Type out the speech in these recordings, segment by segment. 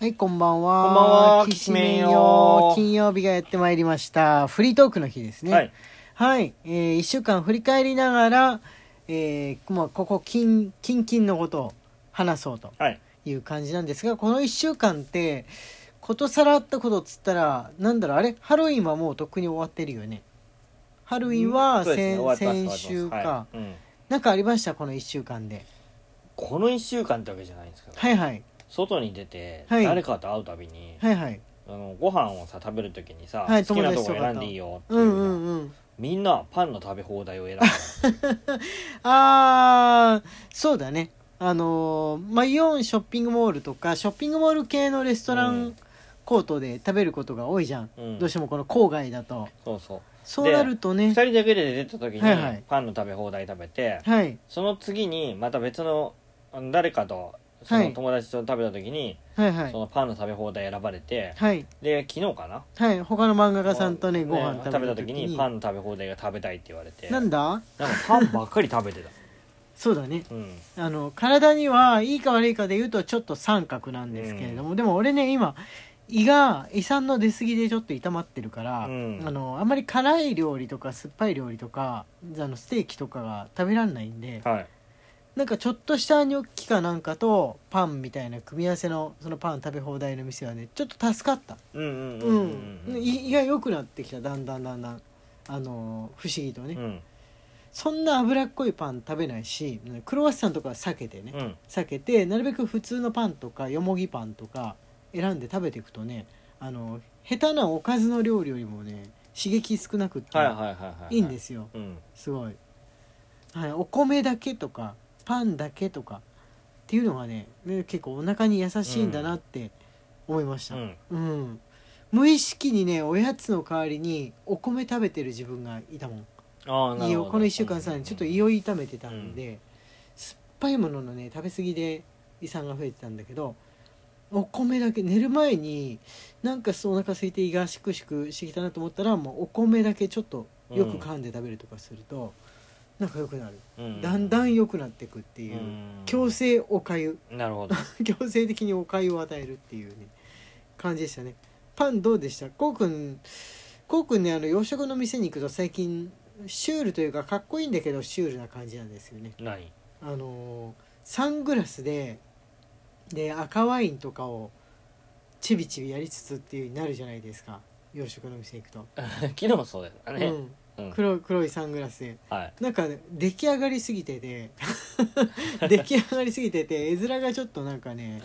はい、こんばんは。こんばんはきしめきしめんんよよ。金曜日がやってまいりました。フリートークの日ですね。はい。はい。えー、1週間振り返りながら、えー、まあ、ここ、近、近々のことを話そうとはい。いう感じなんですが、この1週間って、ことさらったことっつったら、なんだろう、あれハロウィンはもうとっくに終わってるよね。ハロウィンはそうですね先,、終わってます先週か、終わってますはいうんなんかありました、この1週間で。この1週間ってわけじゃないんですけど、はいはい。外に出て、はい誰かと会うたびに、はいはい。あのご飯をさ食べるときにさ、はい好きなとこ友達とかと選んでいいよっていうう、んうんうん。みんなパンの食べ放題を選んだあーそうだねあのーまあイオンショッピングモールとかショッピングモール系のレストラうンんコートで食べることが多いじゃん、うん どうしてもこの郊外だとそうそうそうなると2ね人だけで出た時にはいはいパンの食べ放題食べて、はいその次にまた別のあの誰かとそはのい友達と食べた時に、はいはいそのパンの食べ放題選ばれて、はいで昨日かなはい他の漫画家さんとねご飯食食べべたた時時ににパンの食べ放題が食べたいって言われてなんだなんかパンばっかり食べてたそうだねうんあの体にはいいか悪いかで言うとちょっと三角なんですけれども、でも俺ね今胃が胃酸の出過ぎでちょっと痛まってるから、うんあのあんまり辛い料理とか酸っぱい料理とかあのステーキとかが食べられないんではいなんかちょっとしたニョッキかなんかとパンみたいな組み合わせのそのパン食べ放題の店はねちょっと助かった、うんうんううんんい胃が良くなってきただんだんだんだんあの不思議とね、うんそんな脂っこいパン食べないしクロワッサンとかは避けてね、うん避けてなるべく普通のパンとかよもぎパンとか選んで食べていくとねあの下手なおかずの料理よりもね刺激少なくってはいはいはいはいいいんですようんすごい、はい、お米だけとかパンだけとかっていうのがねね結構お腹に優しいんだなって思いましうた、んうん無意識にねおやつの代わりにお米食べてる自分がいたもんああな胃るをほどこの1週間さうんちょっと胃を痛めてたんで、酸っぱいもののね食べ過ぎで胃酸が増えてたんだけどお米だけ寝る前になんかそうお腹空いて胃がシクシクしてきたなと思ったらもうお米だけちょっとよく噛んで食べるとかすると、なんか良くなる、うだんだん良くなってくっていうう、ん強制おかゆなるほど 強制的におかゆを与えるっていうね感じでしたねパンどうでしたこうくんこうくんねあの洋食の店に行くと最近シュールというかかっこいいんだけどシュールな感じなんですよね何 あのーサングラスでで赤ワインとかをちびちびやりつつっていう風になるじゃないですか洋食の店行くと、昨日もそうだったねううん、ん黒い黒いサングラスではいなんかね出来上がりすぎてて出来上がりすぎてて絵面がちょっとなんかね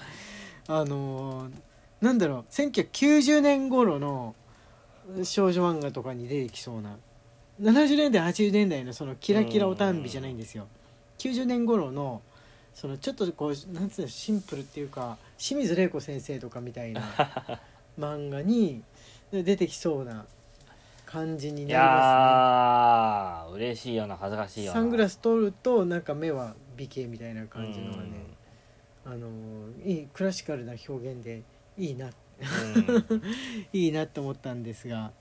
あのーなんだろう1990年頃の少女漫画とかに出てきそうな70年代80年代のそのキラキラおたんびじゃないんですよ90年頃のそのちょっとこうなんつうのシンプルっていうか清水玲子先生とかみたいな漫画に出てきそうな感じにいなりますやね。ー嬉しいような恥ずかしいようなサングラスス取るとなんか目は美形みたいな感じのがね、あのーいいクラシカルな表現でいいないいなと思ったんですが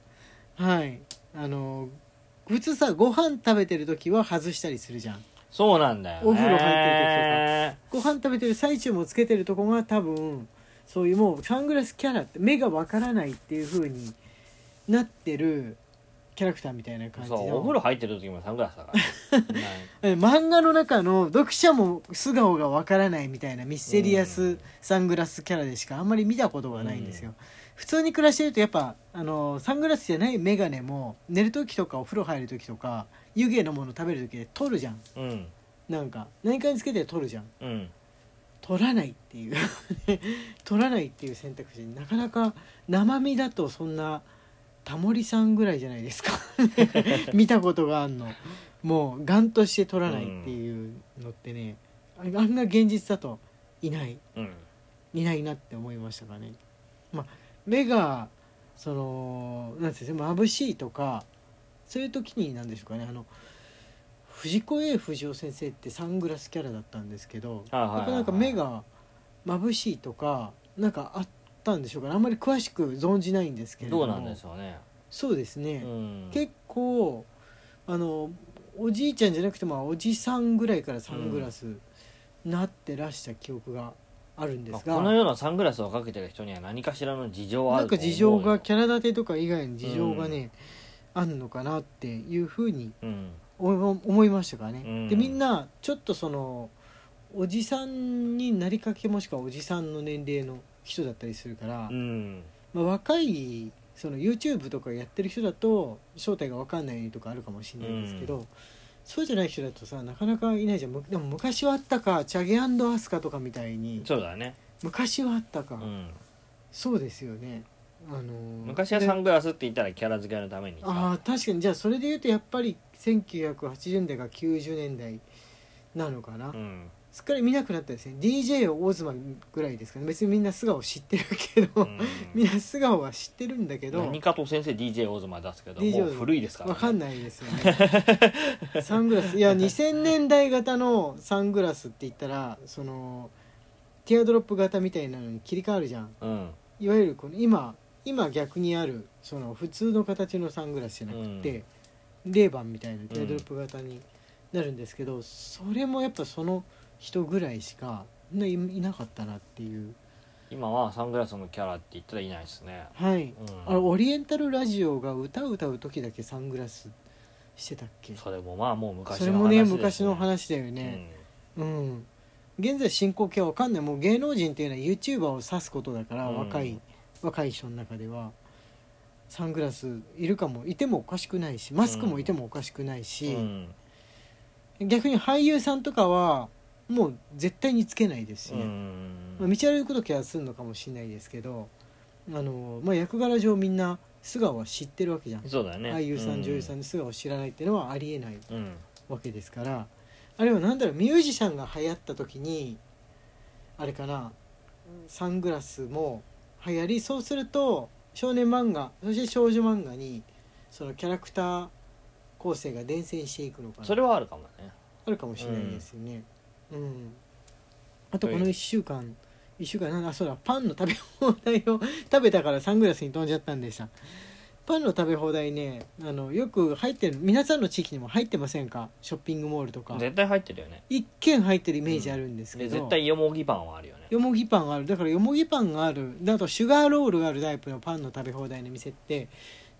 はいあのー普通さご飯食べてる時は外したりするじゃんそうなんだよねお風呂入ご飯食べてる最中もつけてるとこが多分そういうもうサングラスキャラって目がわからないっていう風になってるキャラクターみたいな感じそのうお風呂入ってる時もサングラスだからはい え漫画の中の読者も素顔がわからないみたいなミステリアうスんサングラスキャラでしかあんまり見たことがないんですよ、普通に暮らしてるとやっぱあのサングラスじゃない眼鏡も寝る時とかお風呂入る時とか湯気のもの食べる時で取るじゃんうんなんか何かにつけて取るじゃんうん取らないっていう 取らないっていう選択肢なかなか生身だとそんなタモリさんぐらいじゃないですか 見たことがあんのもうガンとして取らないっていうのってね、あんな現実だといないうんいないなって思いましたかね。まあ、目がそのなんていうんですか眩しいとかそういう時になんでしょうかねあの藤子 A 不二雄先生ってサングラスキャラだったんですけど、はいはいはいはいやっぱなんか目が眩しいとかなんかあったんでしょうかねあんまり詳しく存じないんですけれどどもうなんでしょうねそうですね、うん結構あのおじいちゃんじゃなくてまあおじさんぐらいからサングラスなってらした記憶があるんでまあすこが、の世のサングラスをかけてる人には何かしらの事情はあなるんとか思う事よ情がキャラ立てとか以外の事情がね、あんのかなっていうふうにうん思い思いましたからね、うんでみんなちょっとそのおじさんになりかけもしくはおじさんの年齢の人だったりするから、うんまあ、若いその YouTube とかやってる人だと正体が分かんないとかあるかもしれないんですけど、うそうじゃない人だとさなかなかいないじゃんむでも昔はあったかチャゲアスカとかみたいにそうだね、昔はあったか、うん、そうですよね。あのー昔はサングラスって言ったらキャラ付けのためにあさあ確かにじゃあそれで言うとやっぱり1980年代が90年代なのかうな、んすっかり見なくなったですね DJ を大妻ぐらいですかね別にみんな素顔知ってるけど、うんみんな素顔は知ってるんだけど何かと先生 DJ 大妻出すけど DJ もう古いですから、わかんいないですよ ねサングラスいや2000年代型のサングラスって言ったらそのティアドロップ型みたいなのに切り替わるじゃんうんいわゆるこの今今逆にあるその普通の形のサングラスじゃなくて、レーバンみたいなティアドロップ型になるんですけど、それもやっぱその人ぐらいしかねいいなかったなっていう今はサングラスのキャラって言ったらいないですねはい、うんあれオリエンタルラジオが歌歌う時だけサングラスしてたっけそれもまあもう昔その話れです、もね昔の話だよねうんうん、現在進行形は分かんないもう芸能人っていうのは YouTuber を指すことだから、うん若い若い人の中ではサングラスいるかもいてもおかしくないしマスクもいてもおかしくないし、うん逆に俳優さんとかはもう絶対につけないですしね、まあ、道歩く時はするのかもしれないですけどあの、まあ、役柄上みんな素顔は知ってるわけじゃん、そうだね俳優さん女優さんんの素顔を知らないっていうのはありえないうんわけですからあれはなんだろうミュージシャンが流行った時にあれかなサングラスも流行りそうすると少年漫画そして少女漫画にそのキャラクター構成が伝染していくのかそなれはあるかもねあるかもしれないですよね。うんあとこの1週間1週間なんだあそうだパンの食べ放題を 食べたからサングラスに飛んじゃったんでしたパンの食べ放題ねあのよく入ってる皆さんの地域にも入ってませんかショッピングモールとか絶対入ってるよね一軒入ってるイメージあるんですけでど、絶対よもぎパンはあるよねよもぎパンがあるだからよもぎパンがあるだとシュガーロールがあるタイプのパンの食べ放題の店って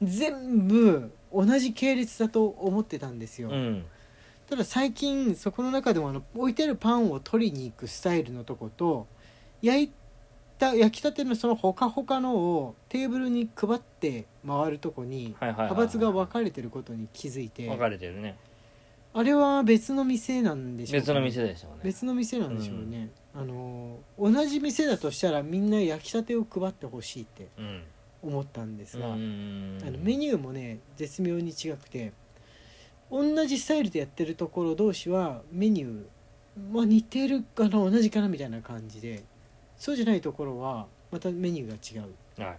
全部同じ系列だと思ってたんですよ、うんただ最近そこの中でもあの置いてあるパンを取りに行くスタイルのとこと焼いた焼きたてのそのほかほかのをテーブルに配って回るとこにはいはいはいはい派閥が分かれてることに気づいて分かれてるねあれは別の店なんでしょうか別ねの店でしょうね別の店なんでしょうね、あの同じ店だとしたらみんな焼きたてを配ってほしいってうん思ったんですが、ああのメニューもね絶妙に違くて同じスタイルでやってるところ同士はメニュー、まあ、似てるかな同じかなみたいな感じでそうじゃないところはまたメニューが違うっーはい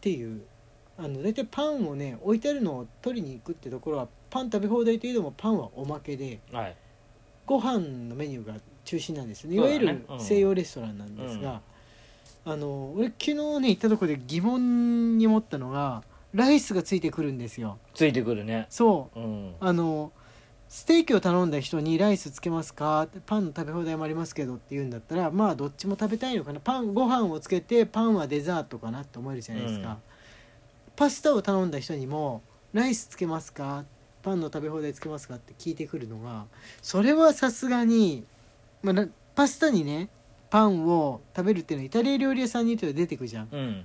ていうあの大体パンをね置いてあるのを取りに行くってところはパン食べ放題といえどもパンはおまけではいご飯のメニューが中心なんですよねいそうわだねゆるうん西洋レストランなんですが、あの俺昨日ね行ったところで疑問に思ったのがライスがついてくるんですよ。ついてくるねそうんうあのステーキを頼んだ人に「ライスつけますか?」パンの食べ放題もありますけど」って言うんだったらまあどっちも食べたいのかなパンご飯をつけてパンはデザートかなって思えるじゃないですか、うんパスタを頼んだ人にも「ライスつけますか?」パンの食べ放題つけますかって聞いてくるのがそれはさすがに、まあな、パスタにねパンを食べるっていうのはイタリア料理屋さんに言うと出てくるじゃんうん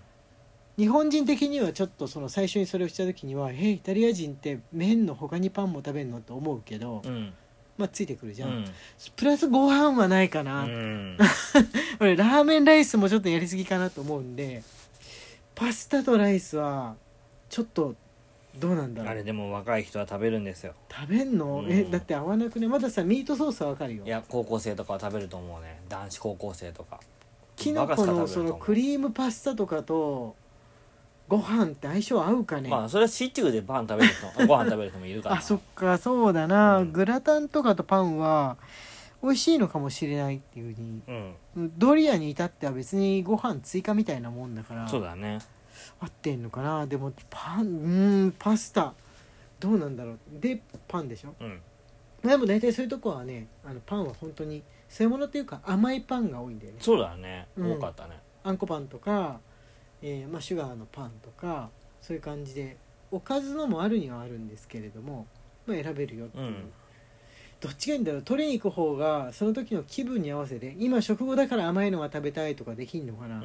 日本人的にはちょっとその最初にそれをした時には「えイタリア人って麺の他にパンも食べるの?」って思うけど、うんまあついてくるじうゃん、んプラスご飯はないかうな、ん俺ラーメンライスもちょっとやりすぎかなと思うんでパスタとライスはちょっとどうなんだあろれうでも若い人は食べるんですよ食べんの、うんえだって合わなくねまださミートソースはわかるよいや高校生とかは食べると思うね男子高校生とかきのこバのカスカ食べるそとの思うクリームパスタとかとご飯って相性合うかね、まあそれはシチューでパン食べる人ご飯食べる人もいるからあそっかそうだな、うんグラタンとかとパンは美味しいのかもしれないっていうふうにうんドリアに至っては別にご飯追加みたいなもんだからそうだね合ってんのかなでもパンうーんパスタどうなんだろうでパンでしょうんでも大体そういうとこはねあのパンは本当に背物っていうか甘いパンが多いんだよねそうだね、うん多かったねあんこパンとか、えーまあ、シュガーのパンとかそういう感じでおかずのもあるにはあるんですけれども、まあ、選べるよっていう、うんどっちがいいんだろう取りに行く方がその時の気分に合わせて今食後だから甘いのが食べたいとかできんのかな、うー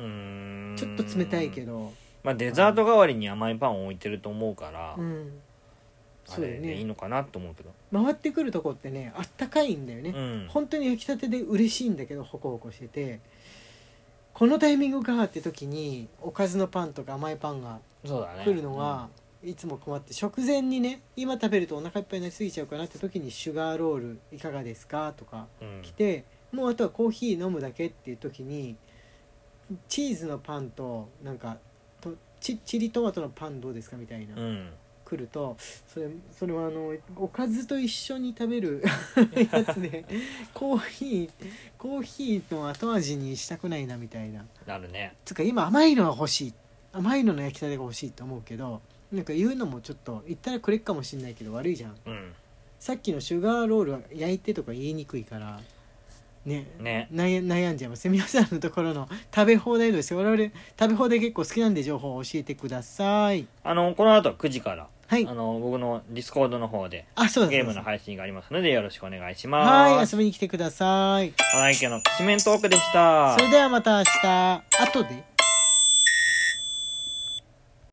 んちょっと冷たいけど、まあデザート代わりに甘いパンを置いてると思うから、うん、あそうだれよでいいねのかなと思うけど回ってくるとこってねあったかいんだよね、うん本当に焼きたてで嬉しいんだけどホコホコしててこのタイミングかって時におかずのパンとか甘いパンがそうだね来るのがいつも困って食前にね今食べるとお腹いっぱいになりすぎちゃうかなって時に「シュガーロールいかがですか?」とかうんうん来てもうあとはコーヒー飲むだけっていう時にチーズのパンとなんかとチチリトマトのパンどうですかみたいな、うん来るとそれそれはあのおかずと一緒に食 べるやつでコーヒーコーヒーの後味にしたくないなみたいななるねつうか今甘いのは欲しい甘いのの焼きたてが欲しいと思うけどなんか言うのもちょっと言ったらくれっかもしんないけど悪いじゃんうんさっきのシュガーロールは焼いてとか言いにくいからねね悩悩んじゃいます皆さんのところの食べ放題です我々食べ放題結構好きなんで情報を教えてくださいあのこの後9時から、はいあの僕のディスコードの方であそうだゲームそうだの配信がありますのでよろしくお願いしはまい、す遊びに来てください。荒井家のきしめんトークでしたそれではまた明日、後で。